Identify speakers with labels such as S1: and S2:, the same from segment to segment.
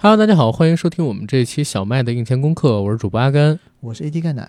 S1: Hello，大家好，欢迎收听我们这期小麦的硬件功课，我是主播阿甘。
S2: 我是 AD 钙奶，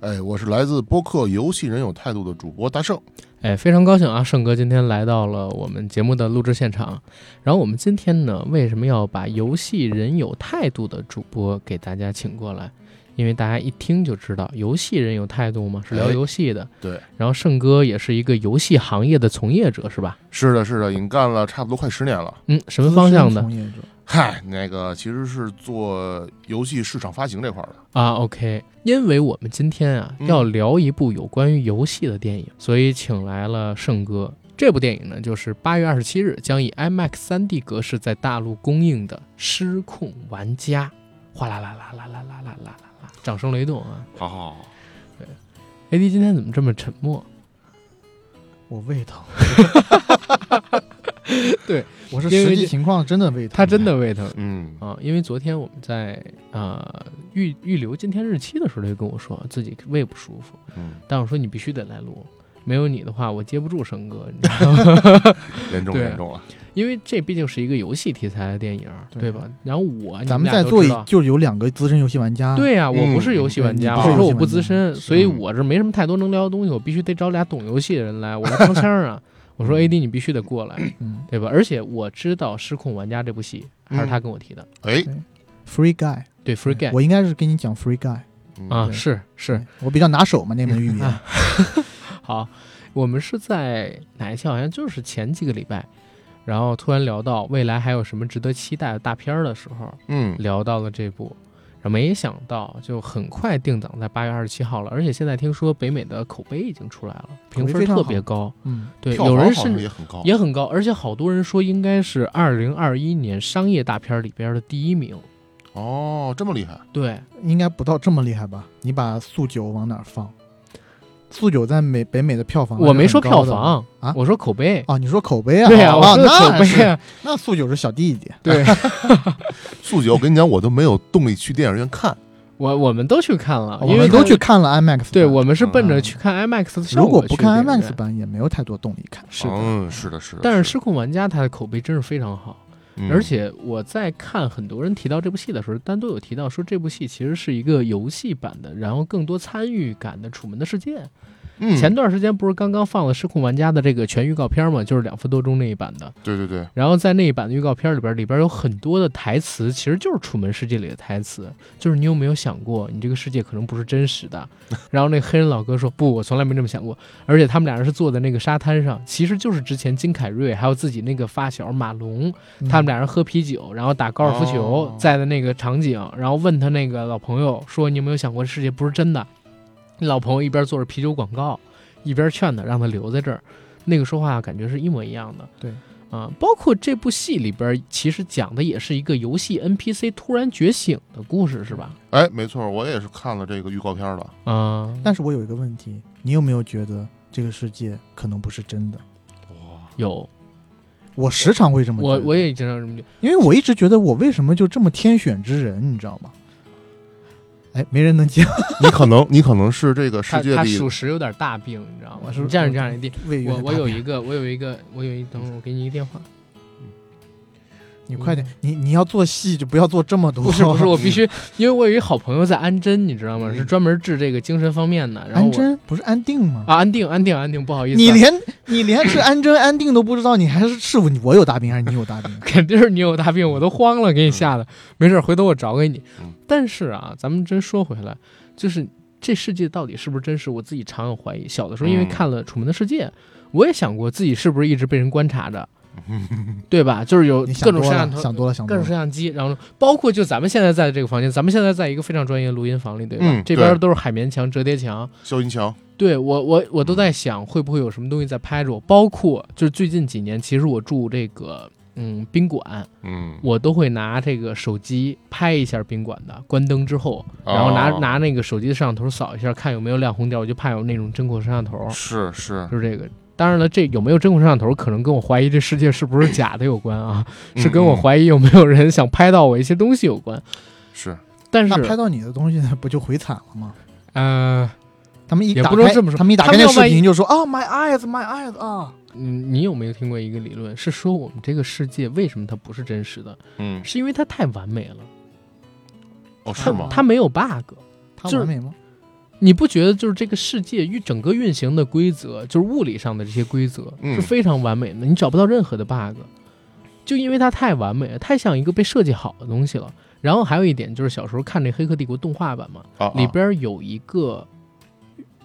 S3: 哎，我是来自播客《游戏人有态度》的主播大圣。
S1: 哎，非常高兴啊，盛哥今天来到了我们节目的录制现场。然后我们今天呢，为什么要把游戏人有态度的主播给大家请过来？因为大家一听就知道，游戏人有态度嘛，是聊
S3: 哎
S1: 游戏的。
S3: 对，
S1: 然后盛哥也是一个游戏行业的从业者，是吧？
S3: 是的，是的，已经干了差不多快十年了。
S1: 嗯，什么方向
S2: 资深
S1: 的
S2: 从业者，
S3: 嗨，那个其实是做游戏市场发行这块儿的。
S1: 啊？OK，因为我们今天啊
S3: 嗯
S1: 要聊一部有关于游戏的电影，所以请来了盛哥。这部电影呢，就是八月二十七日将以 IMAX 三 D 格式在大陆公映的《失控玩家》。哗啦啦啦啦啦啦啦啦啦啦，掌声雷动啊
S3: 好好好，
S1: ！AD 今天怎么这么沉默？。
S2: 我胃疼
S1: 对，
S2: 我是
S1: 因为
S2: 实
S1: 这
S2: 际情况真的胃疼。
S1: 他真的胃疼
S3: 嗯，
S1: 啊！因为昨天我们在呃预预留今天日期的时候，他就跟我说自己胃不舒服，
S3: 嗯，
S1: 但我说你必须得来录，没有你的话我接不住生哥，你知道吗？
S3: 严重
S1: 对
S3: 严重了。
S1: 因为这毕竟是一个游戏题材的电影，
S2: 对
S1: 对吧？然后我
S2: 哎咱
S1: 们
S2: 们
S1: 俩
S2: 在
S1: 都
S2: 座
S1: 知
S2: 一
S1: 道
S2: 就有两个资深游戏玩家，，
S1: 对呀、我
S3: 嗯
S1: 不是游戏玩家，
S2: 嗯
S1: 我
S3: 对
S1: 说我
S2: 你
S1: 不
S2: 不是
S1: 资
S2: 游戏玩
S1: 深，
S2: 家
S1: 所以我这没什么太多能聊的东西，我必须得找俩懂游戏的人来，我来帮腔儿 啊。我说 A D 你必须得过来，
S2: 嗯
S1: 对吧？而且我知道《失控玩家》这部戏还是他跟我提的，
S2: 嗯
S3: 哎，
S2: ，Free Guy，嗯
S1: 对 Free Guy
S2: 我应该是跟你讲 Free Guy，
S3: 嗯
S1: 啊，
S2: 对
S1: 是是
S2: 对我比较拿手嘛那门语 言，
S1: 好，我们是在哪一期？好像就是前几个礼拜，然后突然聊到未来还有什么值得期待的大片儿的时候，
S3: 嗯，
S1: 聊到了这部，然后没想到就很快定档在八月二十七号了，而且现在听说北美的口碑已经出来了，评
S2: 口碑
S1: 分
S2: 非常
S1: 特
S2: 好
S1: 别高，
S2: 嗯，
S1: 对，
S3: 票
S1: 有
S3: 房
S1: 人
S3: 好
S1: 甚
S3: 像
S1: 至
S3: 也很高。
S1: 也很高，而且好多人说应该是二零二一年商业大片儿里边的第一名，
S3: 哦，这么厉害。
S1: 对，
S2: 应该不到这么厉害吧？你把速九往哪儿放？速九在美北美的票房还是
S1: 我
S2: 很高的，
S1: 没说票房
S2: 啊
S1: 我说口碑。
S2: 哦，你说口碑啊？
S1: 对呀、
S2: 哦
S1: 我说
S2: 那
S1: 口碑
S2: 是
S1: 啊，
S2: 那速九是小弟弟，
S1: 对
S3: 素姐，我跟你讲，我都没有动力去电影院看。
S1: 我我们都去看了，
S2: 哦我
S1: 因为
S2: 们都
S1: 看
S2: 去看了 IMAX，
S1: 对，
S2: 版
S1: 我们是奔着
S2: 嗯
S1: 去看 IMAX 的效
S2: 如果
S1: 果去的
S2: 不看
S1: 对
S2: IMAX 版也没有太多动力看，
S1: 是的。
S3: 嗯，是的，是的。
S1: 但是《
S3: 是
S1: 失控玩家》它的口碑真是非常好，
S3: 的，
S1: 而且我在看很多人提到这部戏的时候，单独有提到说这部戏其实是一个游戏版的，然后更多参与感的《楚门的世界》。
S3: 嗯
S1: 前段时间不是刚刚放了《失控玩家》的这个全预告片嘛，就是两分多钟那一版的。
S3: 对对对，
S1: 然后在那一版的预告片里边，里边有很多的台词，其实就是《楚门世界》里的台词，就是你有没有想过，你这个世界可能不是真实的？然后那黑人老哥说：“不，我从来没这么想过。”而且他们俩人是坐在那个沙滩上，其实就是之前金凯瑞还有自己那个发小马龙，
S2: 嗯
S1: 他们俩人喝啤酒，然后打高尔夫球
S3: 哦
S1: 在的那个场景，然后问他那个老朋友说：“你有没有想过，这世界不是真的？”那老朋友一边做着啤酒广告，一边劝他让他留在这儿。那个说话感觉是一模一样的。
S2: 对，
S1: 啊、包括这部戏里边，其实讲的也是一个游戏 NPC 突然觉醒的故事，是吧？
S3: 哎，没错，我也是看了这个预告片了。
S1: 啊、
S2: 但是我有一个问题，你有没有觉得这个世界可能不是真的？
S3: 哇，
S1: 有
S2: 我时常会这么觉
S1: 我
S2: 得，
S1: 我也经常这么觉得。
S2: 因为我一直觉得我为什么就这么天选之人，你知道吗？哎，没人能接
S3: 你可能你可能是这个世
S1: 他
S3: 界
S1: 他
S3: 里
S1: 属实有点大病，你知道吗？
S2: 我是
S1: 你这样这样一定。
S2: 魏
S1: 我
S2: 源。
S1: 我有一个，我有一个，我有一，等会儿我给你一个电话。
S2: 你快点，你你要做戏就不要做这么 多。
S1: 不是不是，我必 须，因为我有一好朋友在安贞，你知道吗？
S3: 嗯
S1: 是专门治这个精神方面的。然后
S2: 安
S1: 我
S2: 贞不是安定吗？
S1: 啊，安定安定安定，不好意思啊，？
S2: 你连你连是安贞安定都不知道，你还是是我我有大病还是你有大病
S1: 肯定是你有大病，我都慌了，给
S2: 嗯
S1: 你吓的。没事儿，回头我找给你
S3: 嗯。
S1: 但是啊，咱们真说回来，就是这世界到底是不是真实，我自己常有怀疑。小的时候因为
S3: 嗯
S1: 看了《楚门的世界》，我也想过自己是不是一直被人观察着。对吧？就是有
S2: 你想
S1: 各种
S2: 多
S1: 摄像
S2: 了，
S1: 头、
S2: 想多了，想
S1: 各
S2: 多
S1: 种摄
S2: 了。
S1: 像机，然后包括就咱们现在在的这个房间，咱们现在在一个非常专业的录音房里，对吧？
S3: 嗯
S1: 这边
S3: 对
S1: 都是海绵墙、折叠墙，
S3: 消音墙，
S1: 对我我我都
S2: 嗯
S1: 在想会不会有什么东西在拍着我，包括就是最近几年，其实我住这个。嗯，宾馆
S3: 嗯，
S1: 我都会拿这个手机拍一下宾馆的，关灯之后，然后拿、
S3: 哦
S1: 拿那个手机的摄像头扫一下，看有没有亮红点，我就怕有那种针孔摄像头。
S2: 嗯
S3: 是是
S1: 就是这个。当然了，这有没有真孔摄像头，可能跟我怀疑这世界是不是假的有关啊，
S2: 嗯
S1: 是跟我
S3: 怀
S1: 怀疑有没有人想拍到我一些东西有关。
S3: 是
S1: 但
S2: 那拍
S1: 是，
S2: 到你的东西 不就回惨了吗？
S1: 呃，
S2: 他们一
S1: 也
S2: 打
S1: 不能
S2: 开
S1: 这么说
S2: 他们一打
S1: 他
S2: 开
S1: 们
S2: 那
S1: 要
S2: 视
S1: 万一
S2: 频就说啊，my eyes，my eyes 啊，
S1: 嗯，你有没有听过一个理论，是说我们这个世界为什么它不是真实的，
S3: 嗯
S1: 是因为它太完美了，
S3: 哦
S1: 它
S3: 是吗？
S1: 它没有 bug。
S2: 他
S1: 就是
S2: 完美吗？
S1: 你不觉得就是这个世界运整个运行的规则，就是物理上的这些规则
S3: 嗯
S1: 是非常完美的，你找不到任何的 bug，就因为它太完美了，太像一个被设计好的东西了。然后还有一点就是小时候看那《黑客帝国》动画版嘛，
S3: 啊
S1: 里边有一个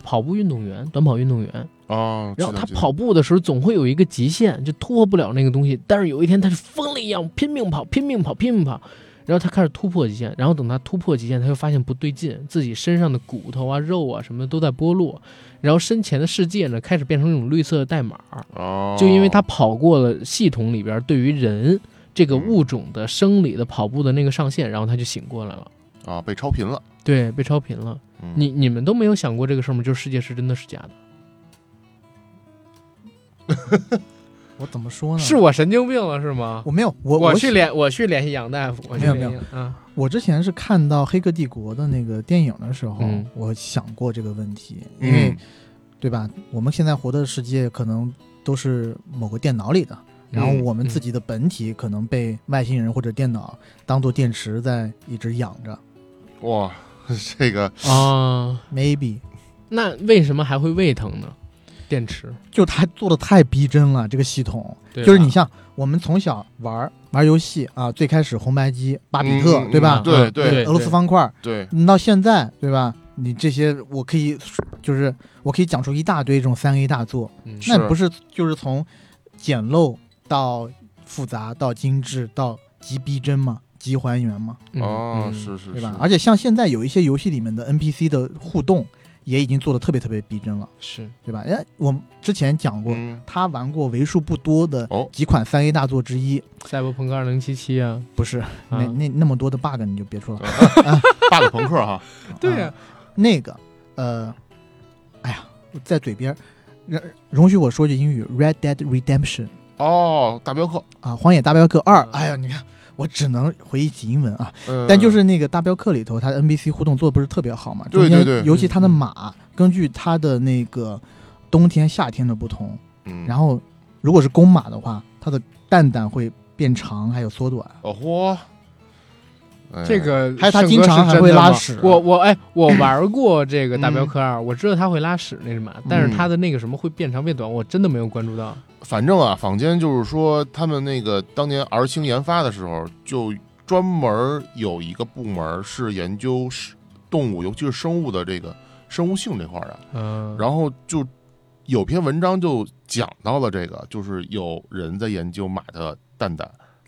S1: 跑步运动员，短跑运动员，
S3: 啊，
S1: 然后
S3: 记得
S1: 他
S3: 记得
S1: 跑步的时候总会有一个极限，就突破不了那个东西。但是有一天他是疯了一样拼命跑，拼命跑，拼命跑，然后他开始突破极限，然后等他突破极限，他就发现不对劲，自己身上的骨头啊、肉啊什么的都在剥落，然后身前的世界呢开始变成那种绿色的代码，
S3: 哦，
S1: 就因为他跑过了系统里边对于人这个
S3: 嗯
S1: 物种的生理的跑步的那个上限，然后他就醒过来了。
S3: 啊被超频了，
S1: 对，被超频了。
S3: 嗯
S1: 你你们都没有想过这个事儿吗？就是世界是真的是假的？
S2: 我怎么说呢？
S1: 是我神经病了是吗？
S2: 我没有，我
S1: 我
S2: 我
S1: 去联我去联系杨大夫，我去
S2: 没有
S1: 联系
S2: 没
S1: 啊，
S2: 我之前是看到《黑客帝国》的那个电影的时候，
S1: 嗯
S2: 我想过这个问题，因为、
S3: 嗯
S2: 对吧？我们现在活的世界可能都是某个电脑里的，然后
S3: 嗯
S2: 我们自己的本体可能被外星人或者电脑当做电池在一直养着
S3: 哇 这个
S1: 啊，
S2: ，maybe
S1: 那为什么还会胃疼呢？电池，
S2: 就他做的太逼真了，这个系统
S1: 对
S2: 就是
S1: 吧
S2: 你像我们从小玩儿玩游戏啊，最开始红白机、巴比特，
S3: 嗯嗯
S2: 对吧？
S3: 嗯对
S1: 嗯
S3: 对
S1: 对
S2: 俄罗斯方块，
S3: 对
S2: 你到现在对吧？你这些我可以，就是我可以讲出一大堆这种三 A 大作，
S1: 嗯
S2: 那
S3: 是
S2: 不是就是从简陋到复杂到精致到极逼真嘛，极还原嘛，
S1: 嗯
S3: 哦
S1: 嗯
S3: 是是
S2: 对
S3: 是
S2: 吧？而且像现在有一些游戏里面的 NPC 的互动也已经做的特别特别逼真了，
S1: 是
S2: 对吧？哎，我们之前讲过，
S3: 嗯
S2: 他玩过为数不多的
S3: 哦
S2: 几款三 A 大作之一，
S1: 赛博朋克二零七七啊，
S2: 不是那
S1: 啊
S2: 那那么多的 bug 你就别说了，
S3: 大的朋克哈，
S1: 对呀
S2: 啊，
S3: 嗯
S2: 那个呃，哎呀，我在嘴边儿，容容许我说句英语，《Red Dead Redemption》
S3: 哦大镖客，
S2: 啊，《荒野大镖客二》
S1: 嗯
S2: 哎呀，你看我只能回忆起英文啊，
S3: 呃
S2: 但就是那个大镖客里头，它的 NPC 互动做的不是特别好嘛？
S3: 对
S2: 中间
S3: 对对
S2: 尤其它的
S1: 嗯
S2: 马，根据它的那个冬天、夏天的不同，
S3: 嗯
S2: 然后如果是公马的话，它的蛋蛋会变长，还有缩短。
S3: 哦嚯，哎
S1: 这个
S2: 还有他
S1: 圣
S2: 经
S1: 哥
S2: 常
S1: 是
S2: 还
S1: 真
S2: 会
S1: 的
S2: 拉
S1: 吗
S2: 屎
S1: 我我哎，我玩过这个大镖
S3: 嗯
S1: 客二，我知道他会拉屎那什么，但是
S3: 嗯
S1: 他的那个什么会变长变短，我真的没有关注到。
S3: 反正啊，坊间就是说，他们那个当年 R 星研发的时候，就专门有一个部门是研究是动物，尤其是生物的这个生物性这块儿的。
S1: 嗯，
S3: 然后就有篇文章就讲到了这个，就是有人在研究马的蛋蛋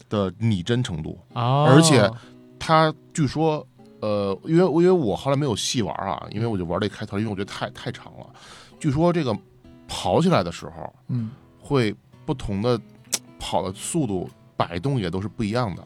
S3: 的拟真程度。
S1: 哦，
S3: 而且它据说，呃，因为因为我后来没有细玩啊，因为我就玩这开头，因为我觉得太太长了。据说这个跑起来的时候，
S2: 嗯，
S3: 会不同的跑的速度摆动也都是不一样的。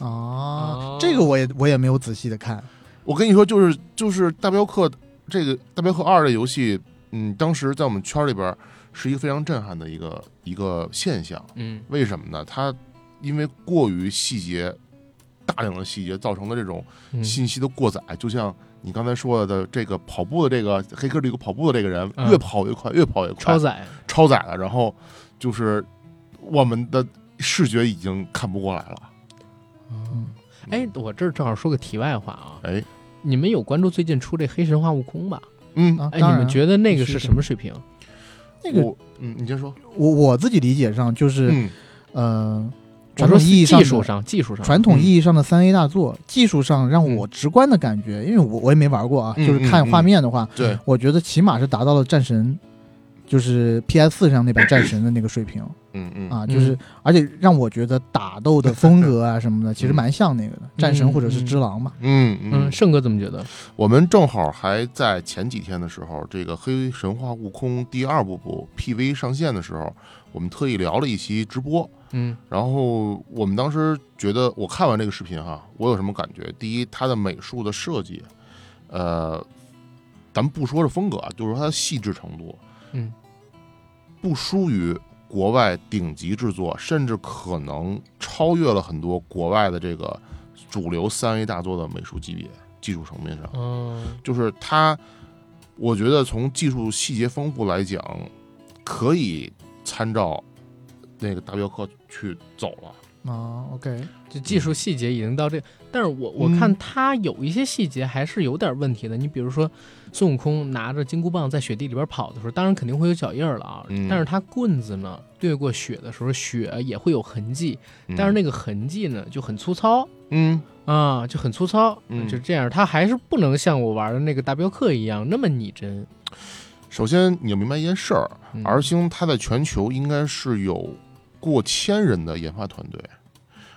S1: 哦
S2: 啊，这个我也我也没有仔细的看。
S3: 我跟你说，就是就是大镖客这个大镖客二这游戏，嗯，当时在我们圈里边是一个非常震撼的一个一个现象。
S1: 嗯
S3: 为什么呢？它因为过于细节，大量的细节造成的这种
S1: 嗯
S3: 信息的过载，就像。你刚才说的这个跑步的这个黑客这个跑步的这个人，
S1: 嗯
S3: 越跑越快，越跑越快，
S1: 超载，
S3: 超载了，然后就是我们的视觉已经看不过来了。
S1: 嗯，哎，我这儿正好说个题外话啊，
S3: 哎，
S1: 你们有关注最近出这黑神话悟空吧？
S3: 嗯，
S2: 啊，
S1: 哎，
S2: 当
S1: 你们
S2: 然
S1: 觉得那个
S2: 必
S1: 是
S2: 须的
S1: 什么水平？
S2: 那个
S3: 我嗯，你先说。
S2: 我我自己理解上就是
S3: 嗯，
S2: 呃，
S1: 我
S2: 传
S1: 说
S2: 统意义上
S1: 技
S2: 的
S1: 术上，技术上，
S2: 传统
S3: 嗯
S2: 意义上的三 A 大作，技术上让
S1: 嗯
S2: 我直观的感觉，因为我我也没玩过啊，
S3: 嗯
S2: 就是看画面的话，
S3: 对，
S2: 我觉得起码是达到了战神就是 PS 四上那版战神的那个水平
S3: 嗯嗯
S2: 啊，就是
S1: 嗯
S2: 而且让我觉得打斗的风格啊什么的，其实蛮像那个的战神
S1: 嗯
S2: 或者是
S1: 嗯
S2: 只狼嘛。
S3: 嗯
S1: 嗯，盛哥怎么觉得？
S3: 我们正好还在前几天的时候，这个《黑神话：悟空》第二部部 PV 上线的时候，我们特意聊了一期直播。
S1: 嗯
S3: 然后我们当时觉得，我看完这个视频哈，我有什么感觉？第一，它的美术的设计，呃，咱们不说是风格啊，就是说它的细致程度，
S1: 嗯，
S3: 不输于国外顶级制作，甚至可能超越了很多国外的这个主流三 A 大作的美术级别技术层面上。
S1: 哦，
S3: 就是它，我觉得从技术细节丰富来讲，可以参照那个大镖客去走了。
S1: 嗯
S2: 啊，OK，
S1: 就技术细节已经到这，但是我我
S3: 嗯
S1: 看他有一些细节还是有点问题的。你比如说，孙悟空拿着金箍棒在雪地里边跑的时候，当然肯定会有脚印儿了啊，
S3: 嗯
S1: 但是他棍子呢对过雪的时候，雪也会有痕迹，
S3: 嗯
S1: 但是那个痕迹呢就很粗糙。
S3: 嗯
S1: 啊，就很粗糙，
S3: 嗯
S1: 就这样，他还是不能像我玩的那个大镖客一样那么拟真。
S3: 首先你要明白一件事儿
S1: 嗯
S3: ，R 星它在全球应该是有过千人的研发团队，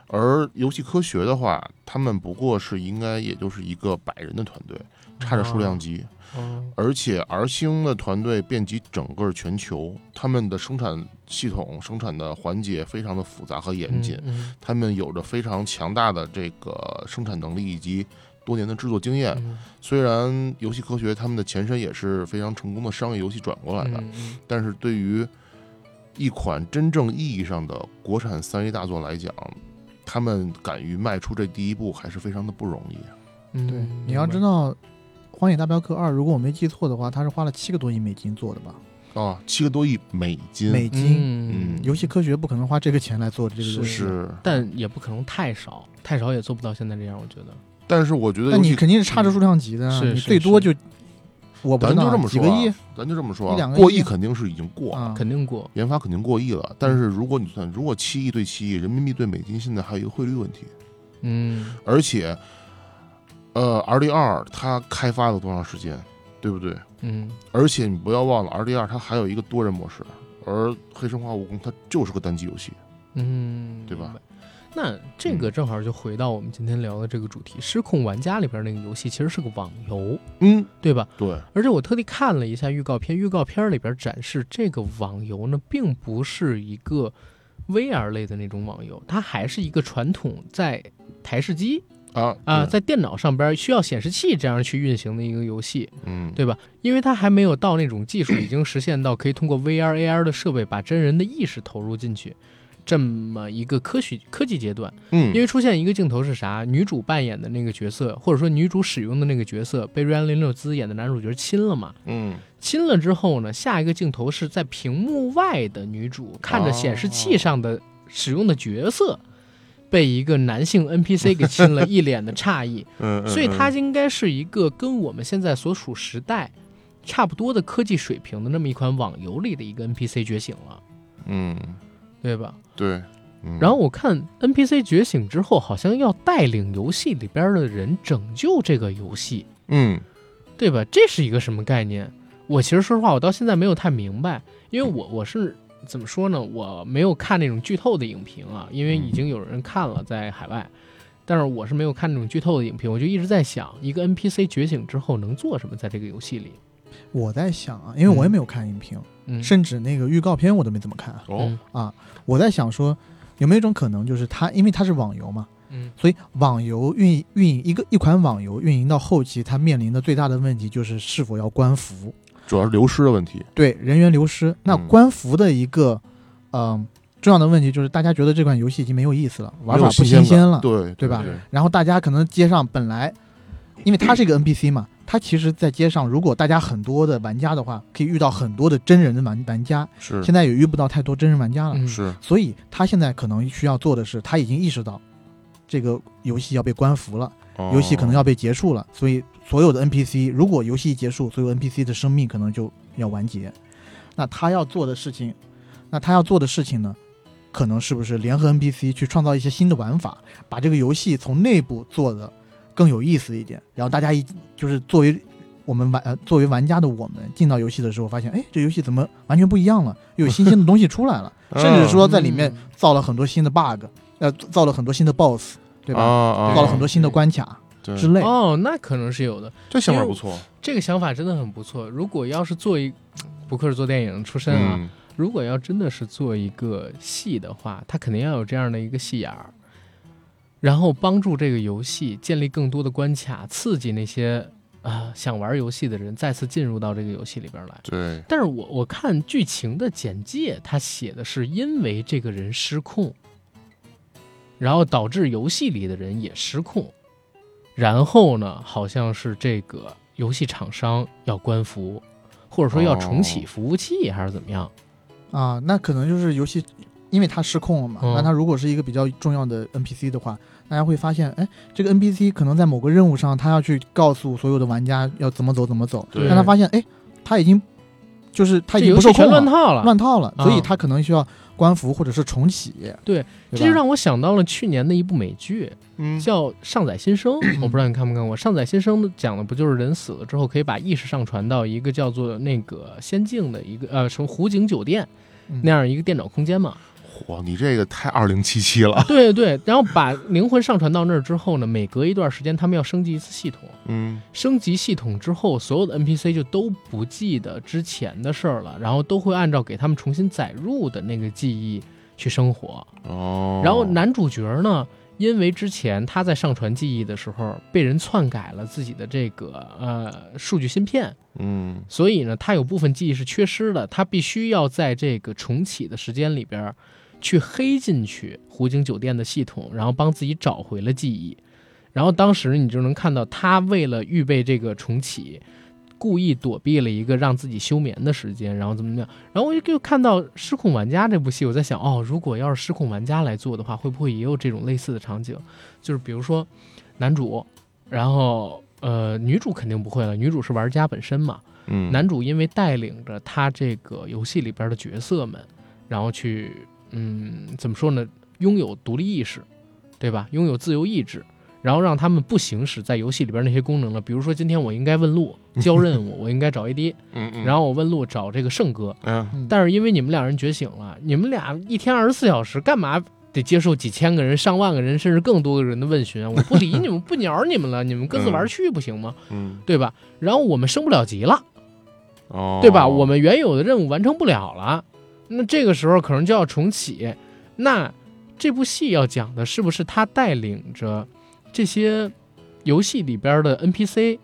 S3: 而游戏科学的话，他们不过是应该也就是一个百人的团队，差着数量级。
S1: 哦
S3: 而且 R 星的团队遍及整个全球，他们的生产系统、生产的环节非常的复杂和严谨，
S1: 嗯
S3: 他们有着非常强大的这个生产能力以及多年的制作经验。
S1: 嗯
S3: 虽然游戏科学他们的前身也是非常成功的商业游戏转过来的，
S1: 嗯嗯
S3: 但是对于一款真正意义上的国产三 A 大作来讲，他们敢于迈出这第一步还是非常的不容易。
S1: 嗯，
S2: 对
S1: 嗯，
S2: 你要知，
S1: 明白
S2: 道，《荒野大镖客二》如果我没记错的话，它是花了七个多亿美金做的吧？
S3: 啊，七个多亿美金，
S2: 美金，
S1: 嗯
S3: 嗯
S2: 游戏科学不可能花这个钱来做这个
S1: 是
S2: 游戏。
S3: 是，
S1: 但也不可能太少，太少也做不到现在这样，我觉得。
S3: 但是我觉得
S2: 那
S3: 游
S2: 你
S3: 戏嗯
S2: 肯定是差着数量级的啊，
S1: 是
S2: 你
S1: 是
S2: 最多
S1: 是
S2: 就我不
S3: 咱
S2: 知道
S3: 就这么
S2: 几
S3: 说
S2: 个
S3: 啊
S2: 亿
S3: 咱就这么说
S2: 一两
S3: 啊，
S2: 个
S3: 过
S2: 亿
S3: 亿肯定是已经过了，
S2: 啊，嗯
S1: 肯定过。
S3: 研发肯定过亿了。但是如果你算，如果七亿对七亿，人民币对美金，现在还有一个汇率问题，
S1: 嗯，
S3: 而且，呃，R D 二它开发了多长时间，对不对？
S1: 嗯，
S3: 而且你不要忘了，R D 二它还有一个多人模式，而《黑神话：悟空》它就是个单机游戏。
S1: 嗯，
S3: 对吧嗯
S1: 明白？那这个正好就回到我们今天聊的这个主题，失控玩家》里边那个游戏其实是个网游，
S3: 嗯，
S1: 对吧？
S3: 对，
S1: 而且我特地看了一下预告片，预告片里边展示这个网游呢，并不是一个 VR 类的那种网游，它还是一个传统在台式机
S3: 啊
S1: 啊、
S3: 对
S1: 在电脑上边需要显示器这样去运行的一个游戏。
S3: 嗯，
S1: 对吧？因为它还没有到那种技术已经实现到可以通过 VR、AR 的设备把真人的意识投入进去。这么一个科学科技阶段，
S3: 嗯，
S1: 因为出现一个镜头是啥？女主扮演的那个角色，或者说女主使用的那个角色，被瑞安·林诺兹演的男主角亲了嘛？
S3: 嗯
S1: 亲了之后呢，下一个镜头是在屏幕外的女主看着显示
S3: 哦
S1: 器上的使用的角色，被一个男性 NPC 给亲了，一脸的诧异。
S3: 嗯，
S1: 所以
S3: 嗯
S1: 它应该是一个跟我们现在所属时代差不多的科技水平的那么一款网游里的一个 NPC 觉醒了，
S3: 嗯，
S1: 对吧？
S3: 对，嗯
S1: 然后我看 NPC 觉醒之后，好像要带领游戏里边的人拯救这个游戏，
S3: 嗯
S1: 对吧？这是一个什么概念？我其实说实话，我到现在没有太明白，因为我我是怎么说呢？我没有看那种剧透的影评啊，因
S2: 嗯
S1: 为已经有人看了在海外，但是我是没有看那种剧透的影评，我就一直在想，一个 NPC 觉醒之后能做什么在这个游戏里？
S2: 我在想啊，因为我也没有看影评，
S1: 嗯，
S2: 甚至那个预告片我都没怎么看。啊
S3: 哦，
S2: 我在想说，有没有一种可能，就是它因为它是网游嘛，
S1: 嗯
S2: 所以网游运运营一个一款网游运营到后期，它面临的最大的问题就是是否要关服，
S3: 主要是流失的问题。
S2: 对人员流失。那
S3: 嗯
S2: 关服的一个，嗯、重要的问题就是大家觉得这款游戏已经没有意思了，玩
S3: 没
S2: 法
S3: 有
S2: 不
S3: 新
S2: 新
S3: 鲜
S2: 鲜
S3: 感
S2: 了，
S3: 对
S2: 对吧然后大家可能街上本来，因为它是一个 NPC 嘛，它其实在街上，如果大家很多的玩家的话，可以遇到很多的真人的玩玩家。
S3: 是
S2: 现在也遇不到太多真人玩家了，
S1: 嗯
S3: 是，
S2: 所以他现在可能需要做的是，他已经意识到这个游戏要被关服了，
S3: 哦
S2: 游戏可能
S3: 要
S2: 要被结束了，所以所有的 NPC 如果游戏一结束，所有 NPC 的生命可能就要完结。那他要做的事情，那他要做的事情呢，可能是不是联合 NPC 去创造一些新的玩法，把这个游戏从内部做的更有意思一点，然后大家一就是作为我们玩、呃作为玩家的我们进到游戏的时候，发现哎，这游戏怎么完全不一样了？又有新鲜的东西出来了，甚至说在里面
S1: 嗯
S2: 造了很多新的 bug，呃，造了很多新的 boss，对吧？
S3: 吧
S1: 啊
S2: 造了很多新的关卡
S3: 哦对
S2: 之类。
S1: 哦，那可能是有的。
S3: 这想法不错，
S1: 这个想法真的很不错。如果要是做一，不愧是做电影出身啊，
S3: 嗯，
S1: 如果要真的是做一个戏的话，它肯定要有这样的一个戏眼儿，然后帮助这个游戏建立更多的关卡，刺激那些啊、想玩游戏的人再次进入到这个游戏里边来。
S3: 对，
S1: 但是我我看剧情的简介，他写的是因为这个人失控，然后导致游戏里的人也失控，然后呢，好像是这个游戏厂商要关服，或者说要重启
S3: 哦
S1: 服务器还是怎么样？
S2: 啊，那可能就是游戏，因为它失控了嘛。
S1: 嗯
S2: 那它如果是一个比较重要的 NPC 的话，大家会发现，哎，这个 NPC 可能在某个任务上，他要去告诉所有的玩家要怎么走怎么走，
S3: 对
S2: 但他发现，哎，他已经就是他已
S1: 这
S2: 经
S1: 游
S2: 不
S1: 戏
S2: 受
S1: 全
S2: 控
S1: 乱
S2: 了，
S1: 套了，
S2: 乱套了，
S1: 啊
S2: 所以他可能需要关服或者是重启。
S1: 对
S2: 吧，
S1: 这就让我想到了去年的一部美剧，
S3: 嗯
S1: 叫《上载新 生》，我不知道你看没看过。《上载新生》讲的不就是人死了之后可以把意识上传到一个叫做那个仙境的一个呃什么湖景酒店
S2: 嗯
S1: 那样一个电脑空间嘛？
S3: 哇，你这个太二零七七了，
S1: 对对对。然后把灵魂上传到那儿之后呢，每隔一段时间他们要升级一次系统，
S3: 嗯，
S1: 升级系统之后，所有的 NPC 就都不记得之前的事儿了，然后都会按照给他们重新载入的那个记忆去生活。
S3: 哦，
S1: 然后男主角呢，因为之前他在上传记忆的时候被人篡改了自己的这个呃数据芯片，
S3: 嗯，
S1: 所以呢，他有部分记忆是缺失的，他必须要在这个重启的时间里边儿去黑进去湖景酒店的系统，然后帮自己找回了记忆。然后当时你就能看到，他为了预备这个重启，故意躲避了一个让自己休眠的时间，然后怎么怎么样。然后我就看到《失控玩家》这部戏，我在想，哦，如果要是《失控玩家》来做的话，会不会也有这种类似的场景？就是比如说男主，然后呃女主肯定不会了，女主是玩家本身嘛，
S3: 嗯，
S1: 男主因为带领着他这个游戏里边的角色们，然后去，嗯，怎么说呢？拥有独立意识，对吧？拥有自由意志，然后让他们不行使在游戏里边那些功能了。比如说，今天我应该问路、交任务，我应该找 AD，
S3: 嗯，嗯
S1: 然后我问路找这个圣哥。
S3: 嗯，
S2: 嗯
S1: 但是因为你们俩人觉醒了，你们俩一天二十四小时干嘛？得接受几千个人、上万个人，甚至更多个人的问询啊，我不理你们，不鸟你们了，你们各自玩去不行吗？
S3: 嗯，
S1: 对吧？然后我们升不了级了，
S3: 哦，
S1: 对吧？我们原有的任务完成不了了，那这个时候可能就要重启。那这部戏要讲的是不是他带领着这些游戏里边的 NPC，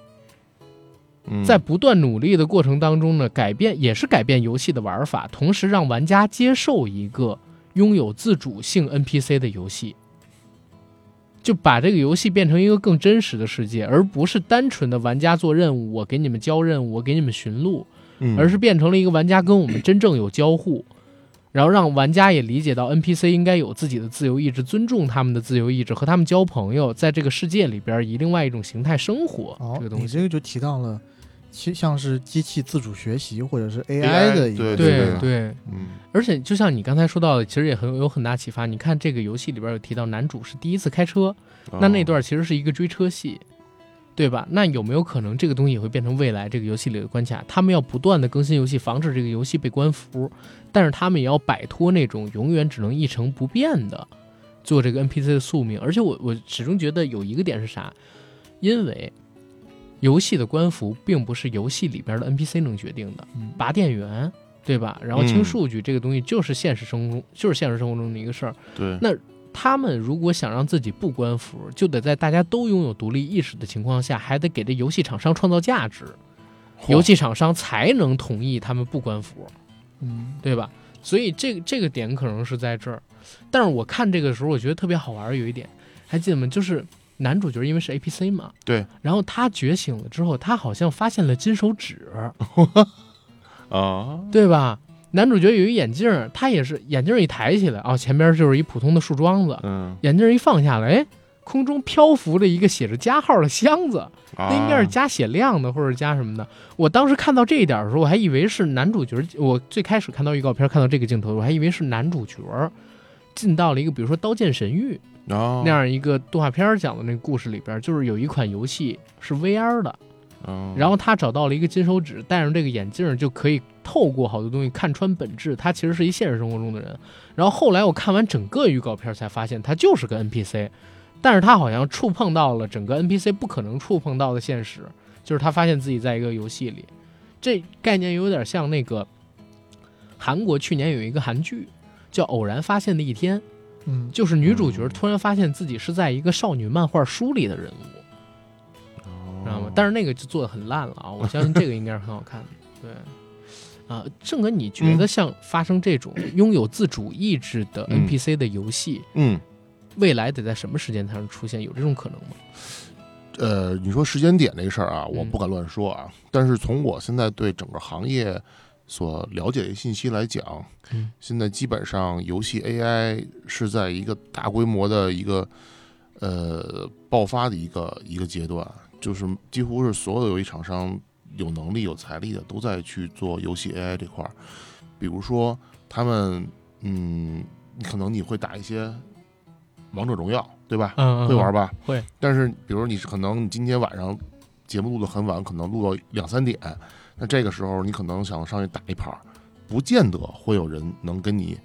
S3: 嗯
S1: 在不断努力的过程当中呢，改变也是改变游戏的玩法，同时让玩家接受一个拥有自主性 NPC 的游戏。就把这个游戏变成一个更真实的世界，而不是单纯的玩家做任务，我给你们交任务，我给你们寻路，
S3: 嗯
S1: 而是变成了一个玩家跟我们真正有交互，然后让玩家也理解到 NPC 应该有自己的自由意志，尊重他们的自由意志，和他们交朋友，在这个世界里边以另外一种形态生活。
S2: 哦
S1: 这个，东
S2: 你
S1: 西，
S2: 这个就提到了，其像是机器自主学习或者是
S3: AI
S2: AI 的一
S3: 对
S2: 个
S1: 对
S3: 对
S1: 对，
S3: 嗯
S1: 而且就像你刚才说到的，其实也很有很大启发。你看这个游戏里边有提到男主是第一次开车，
S3: 哦
S1: 那那段其实是一个追车戏。对吧？那有没有可能这个东西也会变成未来这个游戏里的关卡？他们要不断的更新游戏，防止这个游戏被关服，但是他们也要摆脱那种永远只能一成不变的做这个 NPC 的宿命。而且我我始终觉得有一个点是啥？因为游戏的关服并不是游戏里边的 NPC 能决定的，
S2: 嗯
S1: 拔电源，对吧？然后
S3: 嗯
S1: 清数据这个东西就是现实生活中就是现实生活中的一个事儿。
S3: 对，
S1: 他们如果想让自己不官服，就得在大家都拥有独立意识的情况下，还得给这游戏厂商创造价值，游戏厂商才能同意他们不官服，
S2: 嗯，
S1: 对吧？所以这个这个点可能是在这儿。但是我看这个时候，我觉得特别好玩儿，有一点还记得吗？就是男主角因为是 APC 嘛，
S3: 对，
S1: 然后他觉醒了之后，他好像发现了金手指，
S3: 啊，
S1: 对吧？男主角有一眼镜儿，他也是眼镜儿一抬起来，哦，前边就是一普通的树桩子，
S3: 嗯，
S1: 眼镜一放下来，哎，空中漂浮着一个写着加号的箱子，那
S3: 那
S1: 应该是加血量的或者加什么的。我当时看到这一点的时候，我还以为是男主角。我最开始看到预告片看到这个镜头，我还以为是男主角进到了一个比如说《刀剑神域》
S3: 啊
S1: 那样一个动画片讲的那个故事里边，就是有一款游戏是 VR 的，
S3: 嗯
S1: 然后他找到了一个金手指，戴上这个眼镜儿就可以透过好多东西看穿本质。他其实是一现实生活中的人。然后后来我看完整个预告片儿才发现，他就是个 NPC，但是他好像触碰到了整个 NPC 不可能触碰到的现实，就是他发现自己在一个游戏里。这概念有点像那个韩国去年有一个韩剧叫《偶然发现的一天》，
S2: 嗯，
S1: 就是女主角突然发现自己是在一个少女漫画书里的人物。知道吗？但
S3: 是
S1: 是那个就做的很烂了啊！我相信这个应该是很好 看的。对，啊、正哥，你觉得像发生这种拥有自主意志的
S3: 嗯
S1: NPC 的游戏，
S3: 嗯
S1: 未来得在什么时间才能出现？有这种可能吗？
S3: 呃，你说时间点这事儿啊，我
S1: 嗯
S3: 不敢乱说啊，但是从我现在对整个行业所了解的信息来讲，
S1: 嗯
S3: 现在基本上游戏 AI 是在一个大规模的一个呃爆发的一个一个阶段，就是几乎是所有的游戏厂商有能力、有财力的都在去做游戏 AI 这块儿。比如说，他们嗯，可能你会打一些王者荣耀，对吧？
S1: 嗯
S3: 会玩吧？
S1: 会。
S3: 但是，比如你是可能你今天晚上节目录的很晚，可能录到两三点，那这个时候你可能想上去打一盘儿，不见得会有人能跟你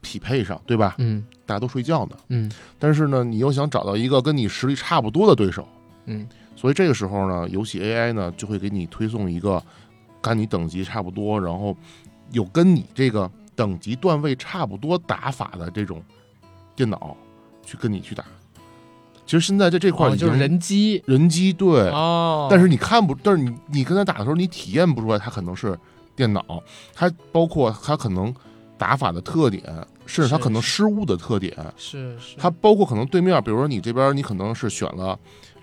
S3: 匹配上，对吧？
S1: 嗯
S3: 大家都睡觉呢。
S1: 嗯
S3: 但是呢，你又想找到一个跟你实力差不多的对手，
S1: 嗯
S3: 所以这个时候呢，游戏 AI 呢就会给你推送一个跟你等级差不多，然后有跟你这个等级段位差不多打法的这种电脑去跟你去打。其实现在在这块
S1: 哦
S3: 已经、
S1: 就是人机
S3: 人机对，
S1: 哦，
S3: 但是你看不，但是你你跟他打的时候，你体验不出来他可能是电脑，他包括他可能打法的特点，甚至他
S1: 是
S3: 可能
S1: 是
S3: 失误的特点，
S1: 是是
S3: 它包括可能对面，比如说你这边你可能是选了，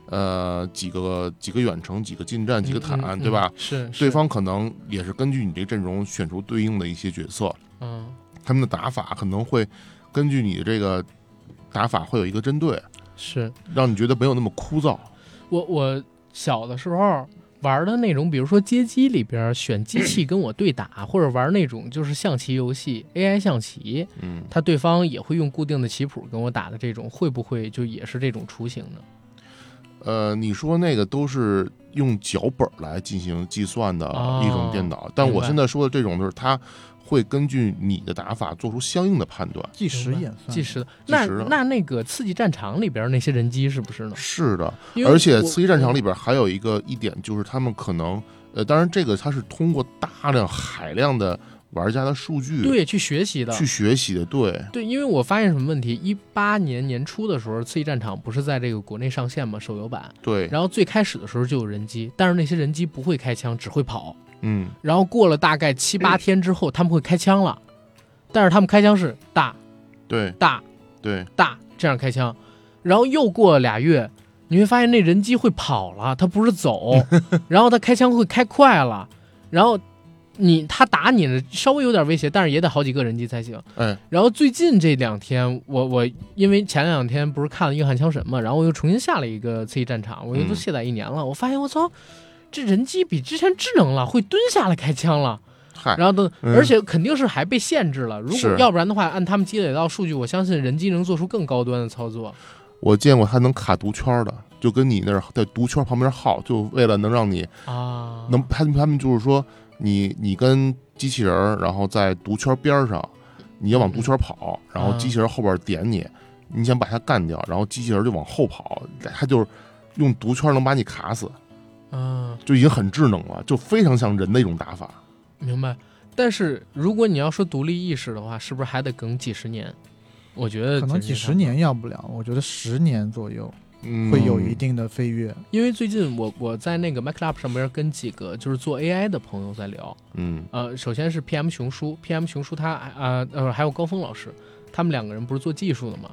S3: 呃几个几个远程、几个近战、几个坦，对吧？？
S1: 嗯嗯是
S3: 对
S1: 是
S3: 方可能也是根据你这个阵容选出对应的一些角色，
S1: 嗯
S3: 他们的打法可能会根据你的这个打法会有一个针对，
S1: 是
S3: 让你觉得没有那么枯燥。
S1: 我我小的时候玩的那种，比如说街机里边选机器跟我对打，或者玩那种就是象棋游戏 AI 象棋，
S3: 嗯，
S1: 他对方也会用固定的棋谱跟我打的这种，会不会就也是这种雏形呢？
S3: 呃，你说那个都是用脚本来进行计算的
S1: 哦
S3: 一种电脑，但
S1: 明
S3: 我
S1: 白
S3: 现在说的这种就是它会根据你的打法做出相应的判断。
S2: 计时演算，
S1: 计时的，
S3: 计
S1: 那
S3: 时的
S1: 那那个《刺激战场》里边那些人机是不是呢？
S3: 是的，
S1: 因为
S3: 而且
S1: 我
S3: 《刺激战场》里边还有一个一点，就是他们可能，呃，当然这个它是通过大量海量的玩家的数
S1: 我
S3: 据
S1: 对去学习的，
S3: 去学习的，对，
S1: 对，因为我发现什么问题？一八年年初的时候，《刺激战场》不是在这个国内上线嘛，手游版。
S3: 对，
S1: 然后最开始的时候就有人机，但是那些人机不会开枪，只会跑。
S3: 嗯，
S1: 然后过了大概七 八天之后，他们会开枪了，但是他们开枪是大
S3: 对
S1: 大
S3: 对，
S1: 大这样开枪，然后又过俩月，你会发现那人机会跑了，他不是走，然后他开枪会开快了，然后你他打你了，稍微有点威胁，但是也得好几个人机才行。
S3: 哎，
S1: 然后最近这两天，我我因为前两天不是看了《硬汉枪神》嘛，然后我又重新下了一个《刺激战场》，我又都
S3: 嗯
S1: 卸载一年了，我发现我操，这人机比之前智能了，会蹲下来开枪了。
S3: 嗨，
S1: 然后都，
S3: 嗯
S1: 而且肯定是还被限制了。如果
S3: 是
S1: 要不然的话，按他们积累到数据，我相信人机能做出更高端的操作。
S3: 我见过他能卡毒圈的，就跟你那儿在毒圈旁边耗，就为了能让你
S1: 啊，
S3: 能，他们他们就是说，你你跟机器人儿，然后在毒圈边儿上，你要往毒圈跑，然后机器人后边点你，你想把它干掉，然后机器人就往后跑，它就是用毒圈能把你卡死。
S2: 啊
S1: 嗯，
S3: 就已经很智能了，就非常像人的一种打法。
S1: 明白。但是如果你要说独立意识的话，是不是还得等几十年？我觉得
S2: 可能
S1: 真是
S2: 几十
S1: 差不多，
S2: 年要不了，我觉得十年左右
S3: 嗯
S2: 会有一定的飞跃。
S1: 因为最近我我在那个 m a c l u b 上边跟几个就是做 AI 的朋友在聊，
S3: 嗯
S1: 呃，首先是 PM 熊叔，PM 熊叔他啊呃还有高峰老师，他们两个人不是做技术的嘛，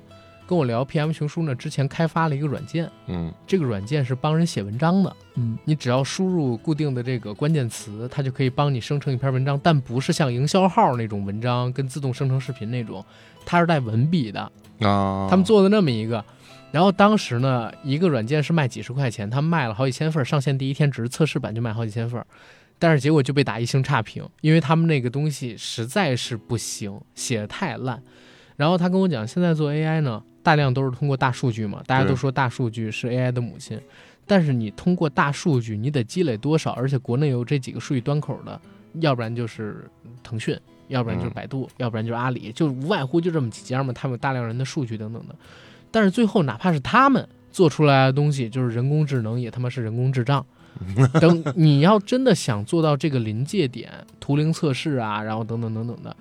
S1: 跟我聊 PM 熊叔呢之前开发了一个软件，
S3: 嗯
S1: 这个软件是帮人写文章的，
S2: 嗯，
S1: 你只要输入固定的这个关键词，它就可以帮你生成一篇文章，但不是像营销号那种文章跟自动生成视频那种，它是带文笔的。
S3: 啊，
S1: 他们做的那么一个，然后当时呢，一个软件是卖几十块钱，他们卖了好几千份儿，上线第一天只是测试版就卖好几千份儿，但是结果就被打一星差评，因为他们那个东西实在是不行，写的太烂。然后他跟我讲，现在做 AI 呢，大量都是通过大数据嘛，大家都
S3: 对
S1: 说大数据是 AI 的母亲，但是你通过大数据，你得积累多少？而且国内有这几个数据端口的，要不然就是腾讯，要不然就是
S3: 嗯
S1: 百度，要不然就是阿里，就无外乎就这么几家嘛。他们有大量人的数据等等的，但是最后哪怕是他们做出来的东西，就是人工智能也他妈是人工智障。等你要真的想做到这个临界点，图灵测试啊，然后等等等等的，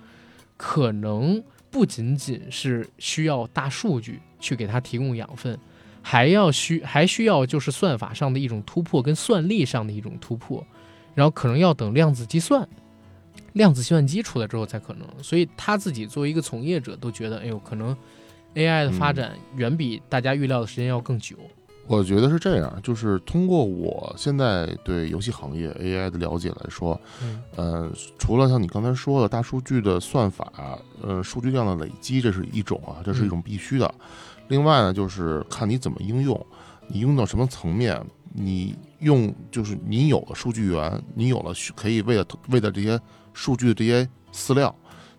S1: 可能不仅仅是需要大数据去给它提供养分，还要需还需要就是算法上的一种突破跟算力上的一种突破，然后可能要等量子计算。量子计算机出来之后才可能，所以他自己作为一个从业者都觉得，哎呦，可能 AI 的发
S3: 嗯
S1: 展远比大家预料的时间要更久。
S3: 我觉得是这样，就是通过我现在对游戏行业 AI 的了解来说，
S1: 嗯
S3: 呃，除了像你刚才说的大数据的算法，呃，数据量的累积，这是一种啊，这是一种必须的。另外呢，就是看你怎么应用，你用到什么层面，你用就是你有了数据源，你有了需可以为了为了这些数据的这些饲料，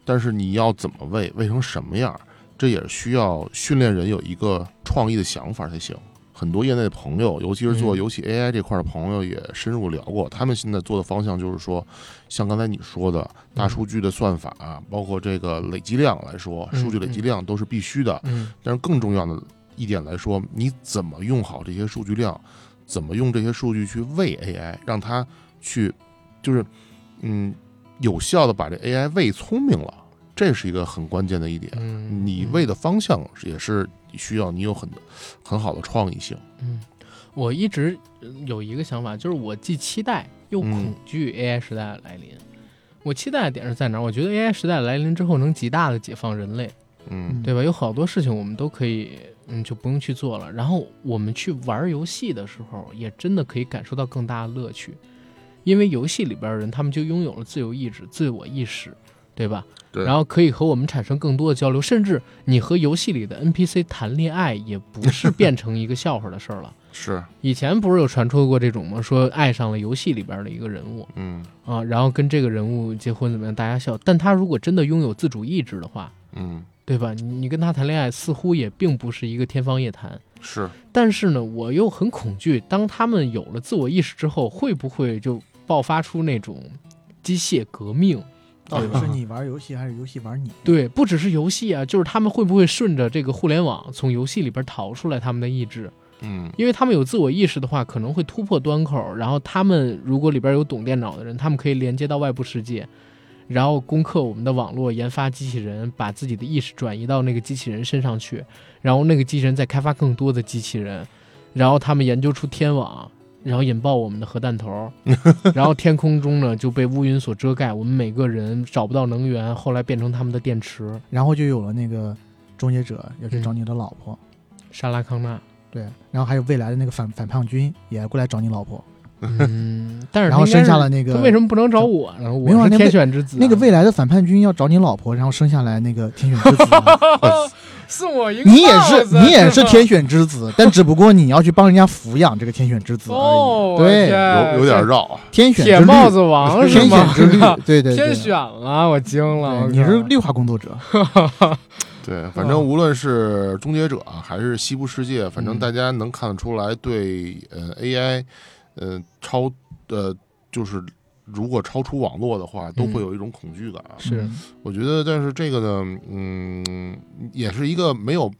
S3: 但是你要怎么喂，喂成什么样，这也需要训练人有一个创意的想法才行。很多业内的朋友，尤其是做
S1: 嗯
S3: 游戏 AI 这块的朋友，也深入聊过。他们现在做的方向就是说，像刚才你说的大数据的算法、啊包括这个累积量来说，
S1: 嗯
S3: 数据累积量都是必须的。
S1: 嗯
S3: 但是更重要的一点来说，你怎么用好这些数据量，怎么用这些数据去喂 AI，让它去就是嗯有效的把这 AI 喂聪明了，这是一个很关键的一点。
S1: 嗯
S3: 你喂的方向是也是需要你有很很好的创意性。
S1: 嗯，我一直呃有一个想法，就是我既期待又恐惧 AI 时代的来临。我期待的点是在哪儿？我觉得 AI 时代来临之后，能极大的解放人类，
S3: 嗯
S1: 对吧？有好多事情我们都可以，嗯，就不用去做了。然后我们去玩游戏的时候，也真的可以感受到更大的乐趣，因为游戏里边的人，他们就拥有了自由意志、自我意识，对吧？
S3: 对
S1: 然后可以和我们产生更多的交流，甚至你和游戏里的 NPC 谈恋爱，也不是变成一个笑话的事儿了。
S3: 是，
S1: 以前不是有传出过这种吗？说爱上了游戏里边的一个人物
S3: 嗯
S1: 啊，然后跟这个人物结婚怎么样，大家笑。但他如果真的拥有自主意志的话，
S3: 嗯
S1: 对吧？你你跟他谈恋爱，似乎也并不是一个天方夜谭。
S3: 是，
S1: 但是呢，我又很恐惧，当他们有了自我意识之后，会不会就爆发出那种机械革命？
S2: 到底
S1: 对
S2: 哦是你玩游戏还是游戏玩你？
S1: 对，不只是游戏啊，就是他们会不会顺着这个互联网从游戏里边逃出来他们的意志？
S3: 嗯
S1: 因为他们有自我意识的话，可能会突破端口。然后他们如果里边有懂电脑的人，他们可以连接到外部世界，然后攻克我们的网络，研发机器人，把自己的意识转移到那个机器人身上去，然后那个机器人再开发更多的机器人，然后他们研究出天网。然后引爆我们的核弹头，然后天空中呢就被乌云所遮盖，我们每个人找不到能源，后来变成他们的电池。
S2: 然后就有了那个终结者要
S1: 嗯
S2: 去找你的老婆，
S1: 莎拉康纳，
S2: 对，然后还有未来的那个反反叛军也过来找你老婆，
S1: 嗯，但是
S2: 然后
S1: 他应该
S2: 生下
S1: 是
S2: 了那个
S1: 他为什么不能找我呢？
S2: 没有啊
S1: 我是
S2: 那
S1: 天
S2: 未
S1: 选之子啊、
S2: 那个未来的反叛军要找你老婆，然后生下来那个天选之子 啊、
S1: 送我一个帽子，
S2: 你也是
S1: 吧
S2: 你也是天选之子，但只不过你要去帮人家抚养这个天选之子而已。
S1: 哦，
S2: 对
S1: 我天
S3: 有有点绕，啊
S2: 天选之
S1: 铁帽
S2: 绿，
S1: 子王是
S2: 天选
S1: 吗？
S2: 之绿， 对对
S1: 天
S2: 对，
S1: 选了，我惊了，
S2: 对
S1: 我
S2: 你是
S1: 靠
S2: 绿化工作者，
S3: 对，反正无论是终结者啊还是西部世界，反正
S1: 嗯
S3: 大家能看得出来对，呃 AI，呃超呃就是如果超出网络的话，都
S1: 嗯
S3: 会有一种恐惧感啊。
S1: 是
S2: 嗯
S3: 我觉得，但是这个呢，嗯，也是一个没有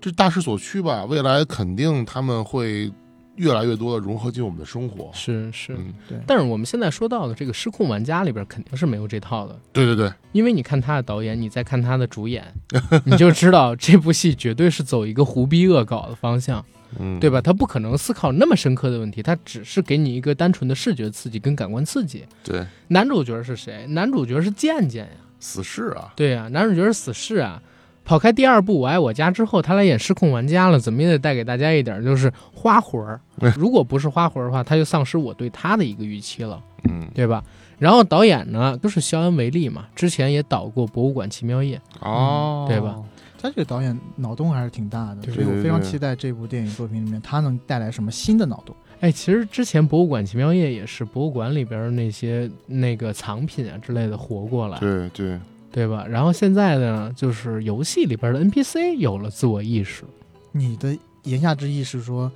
S3: 这大势所趋吧。未来肯定他们会越来越多的融合进我们的生活。
S1: 是是。
S3: 嗯，
S1: 但是我们现在说到的这个失控玩家里边肯定是没有这套的，
S3: 对对对，
S1: 因为你看他的导演，你再看他的主演， 你就知道这部戏绝对是走一个胡逼恶搞的方向，
S3: 嗯，
S1: 对吧？他不可能思考那么深刻的问题，他只是给你一个单纯的视觉刺激跟感官刺激。
S3: 对，
S1: 男主角是谁？男主角是健健呀。
S3: 死侍啊，
S1: 对呀、男主角是死侍啊。跑开第二部《我爱我家》之后，他来演失控玩家了，怎么也得带给大家一点就是花魂儿。
S2: 嗯
S1: 如果不是花魂儿的话，他就丧失我对他的一个预期了，
S3: 嗯，
S1: 对吧？然后导演呢，就是肖恩·维利嘛，之前也导过《博物馆奇妙夜》，
S3: 哦，
S1: 嗯对吧？
S2: 他这个导演脑洞还是挺大的，
S1: 对
S2: 所以我非常
S3: 对对对
S2: 期待这部电影作品里面他能带来什么新的脑洞。
S1: 哎，其实之前《博物馆奇妙夜》也是博物馆里边那些那个藏品啊之类的活过来，
S3: 对对，
S1: 对吧？然后现在呢，就是游戏里边的 NPC 有了自我意识，
S2: 你的言下之意是说，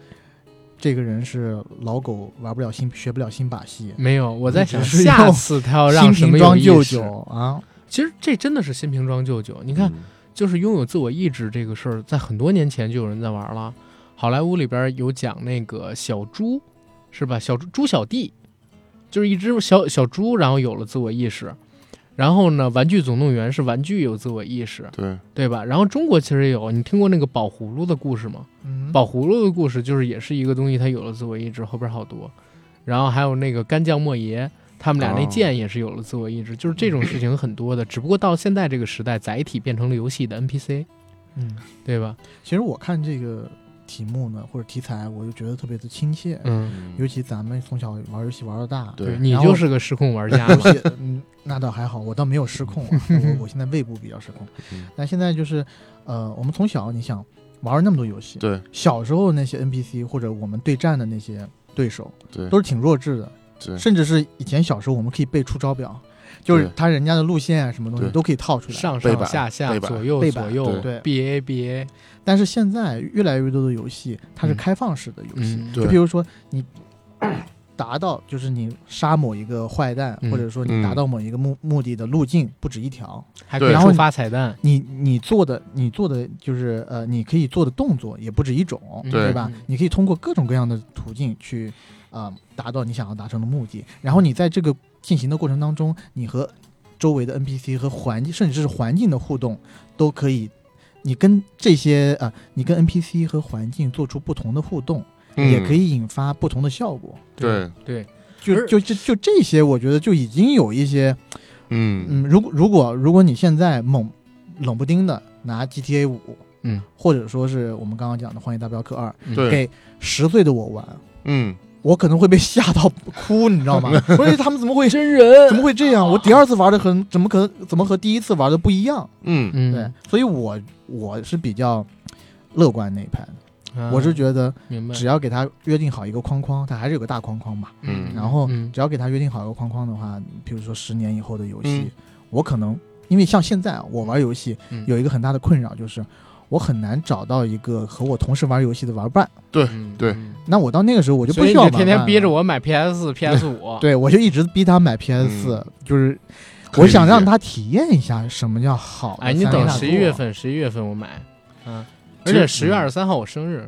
S2: 这个人是老狗玩不了新学不了新把戏，
S1: 没有，我在
S2: 只
S1: 想
S2: 是
S1: 下
S2: 要
S1: 次他要
S2: 新
S1: 哦让什
S2: 瓶
S1: 么
S2: 装
S1: 有
S2: 旧
S1: 意识
S2: 酒。啊，
S1: 其实这真的是新瓶装旧酒。你
S3: 你
S1: 看，，就是拥有自我意志这个事儿，在很多年前就有人在玩了。好莱坞里边有讲那个小猪，是吧？小猪猪小弟，就是一只小小猪，然后有了自我意识。然后呢，《玩具总动员》是玩具有自我意识，
S3: 对，
S1: 对吧？然后中国其实也有，你听过那个宝葫芦的故事吗？
S2: 嗯，
S1: 宝葫芦的故事就是也是一个东西，它有了自我意志，后边好多。然后还有那个干将莫邪，他们俩那
S3: 哦
S1: 剑也是有了自我意志，就是这种事情很多的。只不过到现在这个时代，载体变成了游戏的 NPC，
S2: 嗯，
S1: 对吧？
S2: 其实我看这个题目呢或者题材，我就觉得特别的亲切，
S1: 嗯，
S2: 尤其咱们从小玩游戏玩到大，
S3: 对
S1: 你
S2: 然后
S1: 就是个失控玩家
S2: 游
S1: 嘛。
S2: 戏，嗯，那倒还好，我倒没有失控、啊，我我现在胃部比较失控
S3: 嗯。
S2: 但现在就是，呃，我们从小你想玩那么多游戏，
S3: 对
S2: 小时候那些 NPC 或者我们对战的那些对手
S3: 对
S2: 都是挺弱智的，
S3: 对
S2: 甚至是以前小时候我们可以背出招表，就是
S3: 对
S2: 他人家的路线啊什么东西
S3: 对
S2: 都可以套出 来。
S1: 上
S3: 背
S1: 上
S3: 板
S1: 下下
S3: 背板
S1: 左右
S2: 背
S1: 左
S2: 板
S1: 右
S2: 对
S1: ，B A B A，
S2: 但是现在越来越多的游戏它是
S1: 嗯
S2: 开放式的游戏，
S1: 嗯，
S3: 对
S2: 就比如说你。 达到就是你杀某一个坏蛋，
S1: 嗯
S2: 或者说你达
S3: 嗯
S2: 到某一个目目的的路径不止一条，
S1: 还可以
S3: 对
S1: 触发彩蛋，
S2: 你你做的你做的就是呃，你可以做的动作也不止一种，
S1: 嗯
S3: 对
S2: 吧
S1: 嗯？
S2: 你可以通过各种各样的途径去啊、呃达到你想要达成的目的。然后你在这个进行的过程当中，你和周围的 NPC 和环境，甚至是环境的互动，都可以。你跟这些啊、呃你跟 NPC 和环境做出不同的互动，也可
S3: 以
S2: 以引发不同的效果。
S3: 嗯对，
S1: 对，
S2: 就
S1: 而
S2: 就就就这些，我觉得就已经有一些
S3: 嗯
S2: 嗯，如果如果如果你现在猛冷不丁的拿 GTA 五，
S1: 嗯，
S2: 或者说是我们刚刚讲的《荒野大镖客二》
S3: 对
S2: 给十岁的我玩，
S3: 嗯
S2: 我可能会被吓到哭，你知 道吗？我说他们怎么会哦
S1: 真人
S2: 怎么会这样？我第二次玩的很怎么可能怎么和第一次玩的不一样？
S3: 嗯
S1: 嗯，
S2: 对，所以我我是比较乐观那一派的，
S1: 啊
S2: 我是觉得
S1: 明白，
S2: 只要给他约定好一个框框，他还是有个大框框嘛。
S3: 嗯
S2: 然后
S1: 嗯
S2: 只要给他约定好一个框框的话，比如说十年以后的游戏，
S3: 嗯
S2: 我可能因为像现在啊我玩游戏
S1: 嗯
S2: 有一个很大的困扰就是。我很难找到一个和我同时玩游戏的玩伴，
S1: 嗯
S3: 对
S1: 嗯
S2: 那我到那个时候我就不
S1: 所以
S2: 需
S1: 你
S2: 要玩
S1: 就
S2: 伴
S1: 天天
S2: 了
S1: 逼着，我买 PS 4 PS 五，
S2: 对我就一直逼他买 PS，、
S3: 嗯
S2: 就是
S3: 可以
S2: 我想让
S3: 理解
S2: 他体验一下什么叫好的
S1: 哎，你
S2: 三 A
S1: 等
S2: 大
S1: 十一
S2: 作
S1: 月，份，十一月份我买，嗯，而
S3: 其实嗯
S1: 且十月二十三号我生日，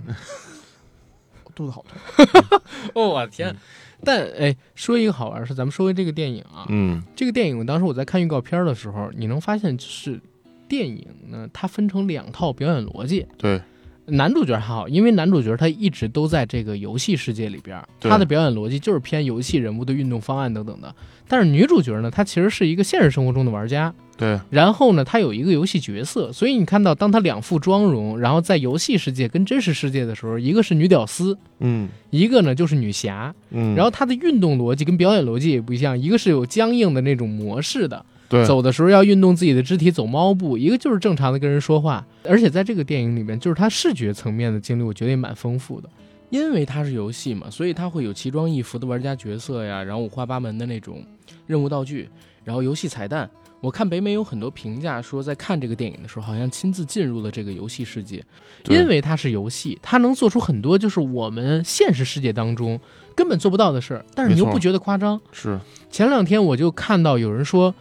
S2: 肚子好痛。
S1: 哦，我天
S3: 嗯！
S1: 但哎，说一个好玩儿是，咱们说回这个电影啊，
S3: 嗯
S1: 这个电影当时我在看预告片儿的时候，你能发现就是电影呢，它分成两套表演逻辑。
S3: 对
S1: 男主角还好，因为男主角他一直都在这个游戏世界里边儿，
S3: 对
S1: 他的表演逻辑就是偏游戏人物的运动方案等等的。但是女主角呢，她其实是一个现实生活中的玩家，
S3: 对
S1: 然后呢，他有一个游戏角色，所以你看到，当他两副妆容，然后在游戏世界跟真实世界的时候，一个是女屌丝，
S3: 嗯
S1: 一个呢就是女侠。
S3: 嗯，
S1: 然后他的运动逻辑跟表演逻辑也不一样，一个是有僵硬的那种模式的，
S3: 对
S1: 走的时候要运动自己的肢体，走猫步；一个就是正常的跟人说话。而且在这个电影里面，就是他视觉层面的经历，我觉得也蛮丰富的。
S4: 因为它是游戏嘛，所以它会有奇装异服的玩家角色呀，然后五花八门的那种任务道具，然后游戏彩蛋。我看北美有很多评价说，在看这个电影的时候，好像亲自进入了这个游戏世界，
S3: 对
S1: 因为它是游戏，它能做出很多就是我们现实世界当中根本做不到的事儿，但是你又
S3: 没错
S1: 不觉得夸张。
S3: 是
S1: 前两天我就看到有人说，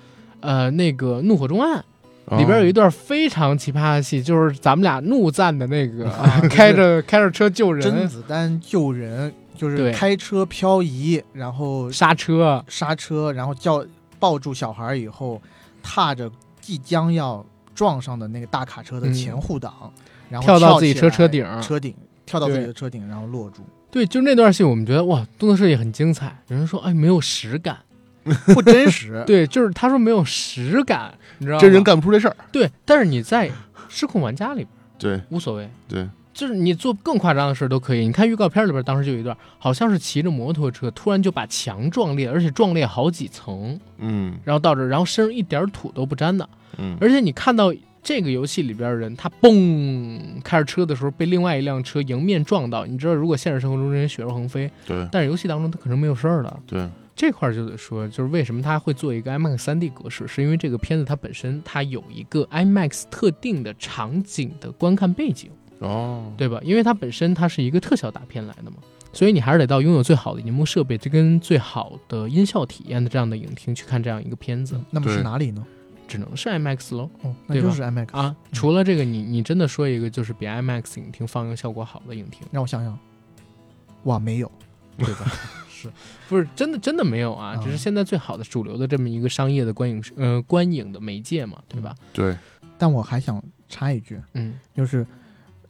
S1: 呃，那个《怒火中案》
S3: 啊
S2: 哦
S1: 里边有一段非常奇葩的戏，就是咱们俩怒赞的那个、
S2: 啊 就是
S1: 开着开着车救
S2: 甄
S1: 人、
S2: 子丹救人就是
S1: 对
S2: 开车漂移，然后
S1: 刹车，
S2: 刹车，然后叫抱住小孩儿以后，踏着即将要撞上的那个大卡车的前护挡，然
S1: 嗯
S2: 后
S1: 跳到
S2: 起
S1: 自己车
S2: 来
S1: 车顶啊
S2: 车顶跳到
S1: 对
S2: 自己的车顶，然后落住，
S1: 对，就那段戏，我们觉得哇，动作设计很精彩。有人说，哎，没有实感。
S2: 啊不真实。
S1: 对，就是他说没有实感，你知道吗？
S3: 真人干不出这事儿，
S1: 对，但是你在失控玩家里边
S3: 对
S1: 无所谓，
S3: 对，
S1: 就是你做更夸张的事儿都可以。你看预告片里边，当时就有一段，好像是骑着摩托车，突然就把墙撞裂，而且撞裂好几层，
S3: 嗯
S1: 然后到这儿，然后身上一点儿土都不沾的。
S3: 嗯，
S1: 而且你看到这个游戏里边的人，他嘣开着车的时候被另外一辆车迎面撞到，你知道，如果现实生活中这人血肉横飞，
S3: 对
S1: 但是游戏当中他可能没有事儿的。
S3: 对
S1: 这块儿就得说，就是为什么它会做一个 IMAX 3D 格式，是因为这个片子它本身它有一个 IMAX 特定的场景的观看背景，
S3: 哦
S1: 对吧？因为它本身它是一个特效大片来的嘛，所以你还是得到拥有最好的银幕设备，这跟最好的音效体验的这样的影厅去看这样一个片子，
S2: 那么是
S3: 对
S2: 哪里呢？
S1: 只能是 IMAX 喽
S2: 哦，那
S1: 对吧
S2: 就是嗯 IMAX。
S1: 啊！除了这个，你你真的说一个就是比 IMAX 影厅放映效果好的影厅，
S2: 让我想想，哇，没有，
S1: 对吧？
S2: 是
S1: 不是真的真的没有啊，
S2: 嗯
S1: 只是现在最好的主流的这么一个商业的观影呃观影的媒介嘛，对吧？
S3: 对，
S2: 但我还想插一句，
S1: 嗯
S2: 就是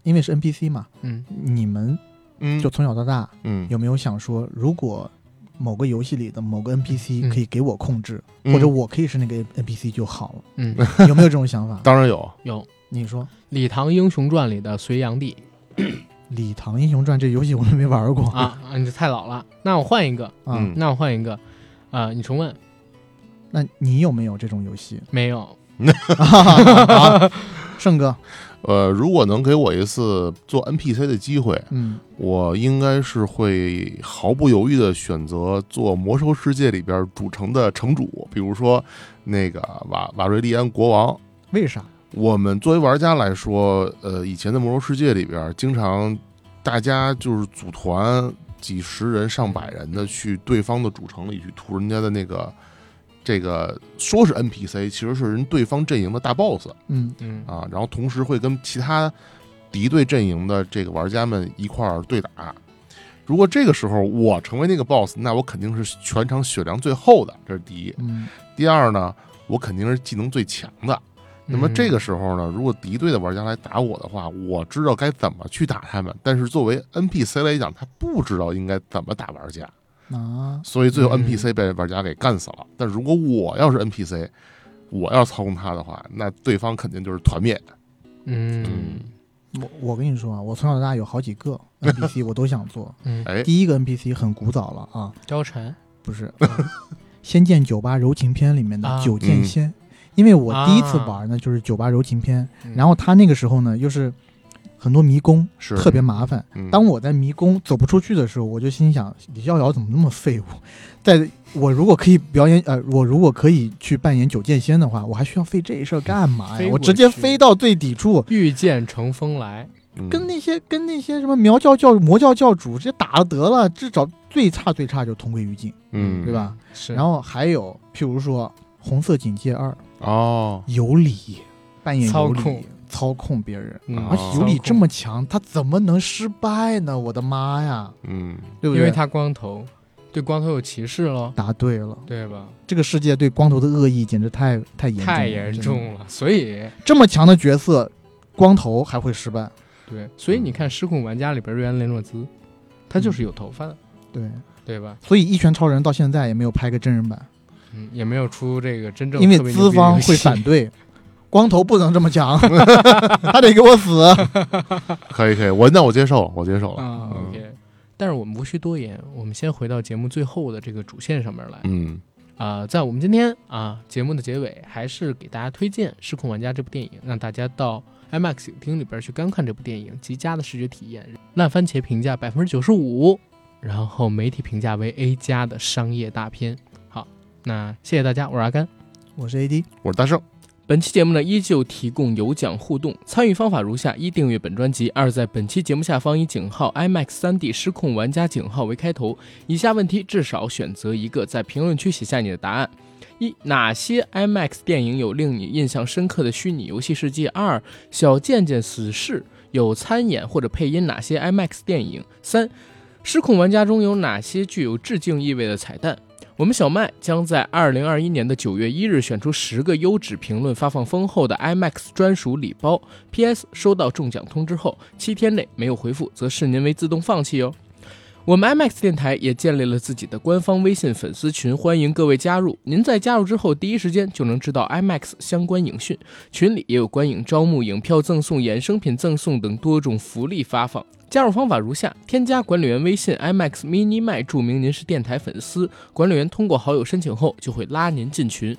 S2: 因为是 NPC 嘛，
S1: 嗯，
S2: 你们
S3: 嗯
S2: 就从小到大
S3: 嗯，
S2: 有没有想说，如果某个游戏里的某个 NPC
S1: 嗯
S2: 可以给我控制，
S3: 嗯
S2: 或者我可以是那个 NPC 就好了？
S1: 嗯，
S2: 有没有这种想 法？
S3: 当然有，
S1: 有《
S2: 你说《
S1: 李唐英雄传》里的隋炀帝
S2: 李唐英雄传》这游戏我都没玩过
S1: 啊，啊，你这太老了。那我换一个，
S2: 啊
S3: 嗯
S1: 那我换一个，啊，你重问
S2: 那你有没有这种游戏？
S1: 没有？
S2: 啊，胜哥，
S3: 呃，如果能给我一次做 NPC 的机会，
S2: 嗯，
S3: 我应该是会毫不犹豫的选择做《魔兽世界》里边主城的城主，比如说那个瓦瓦瑞利安国王。
S2: 为啥？
S3: 我们作为玩家来说，呃，以前的《魔兽世界》里边，经常大家就是组团几十人、上百人的去对方的主城里去屠人家的那个。这个说是 NPC，其实是人对方阵营的大 boss
S2: 嗯，
S1: 嗯
S3: 啊，然后同时会跟其他敌对阵营的这个玩家们一块儿对打。如果这个时候我成为那个 boss，那我肯定是全场血量最厚的，这是第一。
S2: 嗯，
S3: 第二呢，我肯定是技能最强的。那么
S2: 嗯
S3: 这个时候呢，如果敌对的玩家来打我的话，我知道该怎么去打他们，但是作为 NPC 来讲，他不知道应该怎么打玩家，
S2: 啊，
S3: 所以最后
S1: 嗯
S3: NPC 被玩家给干死了。但如果我要是 NPC，我要操控他的话，那对方肯定就是团灭。
S1: 嗯
S2: 我我跟你说啊，我从小到大有好几个 NPC 我都想做。
S1: 嗯，
S3: 哎，
S2: 第一个 NPC 很古早了啊，
S1: 貂蝉
S2: 不是《仙剑九八柔情篇》里面的
S1: 啊
S2: 九剑
S3: 嗯
S2: 仙，因为我第一次
S1: 啊
S2: 玩呢就是九八柔情篇，
S1: 嗯
S2: 然后他那个时候呢又是很多迷宫，
S3: 是
S2: 特别麻烦。
S3: 嗯
S2: 当我在迷宫走不出去的时候，我就心想李逍遥怎么那么废物？在我如果可以表演，呃，我如果可以去扮演九剑仙的话，我还需要费这事儿干嘛
S1: 飞
S2: 呀？
S1: 过
S2: 我直接
S1: 去
S2: 飞到最底处，
S1: 御剑乘风来，
S3: 嗯
S2: 跟那些跟那些什么苗教教魔教教主直接打了得了，至少最差最差就同归于尽。
S3: 嗯
S2: 对吧？
S1: 是，
S2: 然后还有譬如说《红色警戒二》，
S3: 哦，
S2: 有理扮演有理
S1: 操控
S2: 操控别人，
S1: 嗯
S2: 而
S3: 啊
S2: 且有理这么强，他怎么能失败呢？我的妈呀，
S3: 嗯
S2: 对不
S1: 因
S2: 对？
S1: 为他光头，对光头有歧视喽，
S2: 答对了，
S1: 对吧？
S2: 这个世界对光头的恶意简直太太严重了
S1: 太严
S2: 真的
S1: 重了，所以
S2: 这么强的角色，光头还会失败？
S1: 对，所以你看《失控玩家》里边瑞安雷诺兹，他就是有头发的，
S2: 对，
S1: 对吧？
S2: 所以一拳超人到现在也没有拍个真人版，
S1: 嗯，也没有出这个真正
S2: 因为
S1: 特别牛逼
S2: 资
S1: 的游
S2: 方会
S1: 戏
S2: 反对。光头不能这么强，他得给我死。
S3: 可以可以，我那我接受，我接受了。
S1: 啊
S3: 嗯
S1: ，OK。但是我们无需多言，我们先回到节目最后的这个主线上面来。
S3: 嗯
S1: 啊、在我们今天啊节目的结尾，还是给大家推荐《失控玩家》这部电影，让大家到 IMAX 影厅里边去观看这部电影，极佳的视觉体验。烂番茄评价百分之九十五，然后媒体评价为 A 加的商业大片。好，那谢谢大 家，我是阿甘。
S2: 我是 AD，
S3: 我是大圣，
S4: 本期节目呢，依旧提供有奖互动，参与方法如下：一、订阅本专辑；二、在本期节目下方以井号 IMAX 3D 失控玩家井号为开头，以下问题至少选择一个，在评论区写下你的答案。一、哪些 IMAX 电影有令你印象深刻的虚拟游戏世界？二、小贱贱死侍有参演或者配音哪些 IMAX 电影？三、失控玩家中有哪些具有致敬意味的彩蛋？我们小麦将在二零二一年的九月一日选出十个优质评论发放丰厚的 IMAX 专属礼包。P.S. 收到中奖通知后，七天内没有回复，则视您为自动放弃哟。我们 IMAX 电台也建立了自己的官方微信粉丝群，欢迎各位加入。您在加入之后，第一时间就能知道 IMAX 相关影讯，群里也有观影招募、影票赠送、衍生品赠送等多种福利发放。加入方法如下：添加管理员微信 IMAX mini 麦，注明您是电台粉丝，管理员通过好友申请后，就会拉您进群。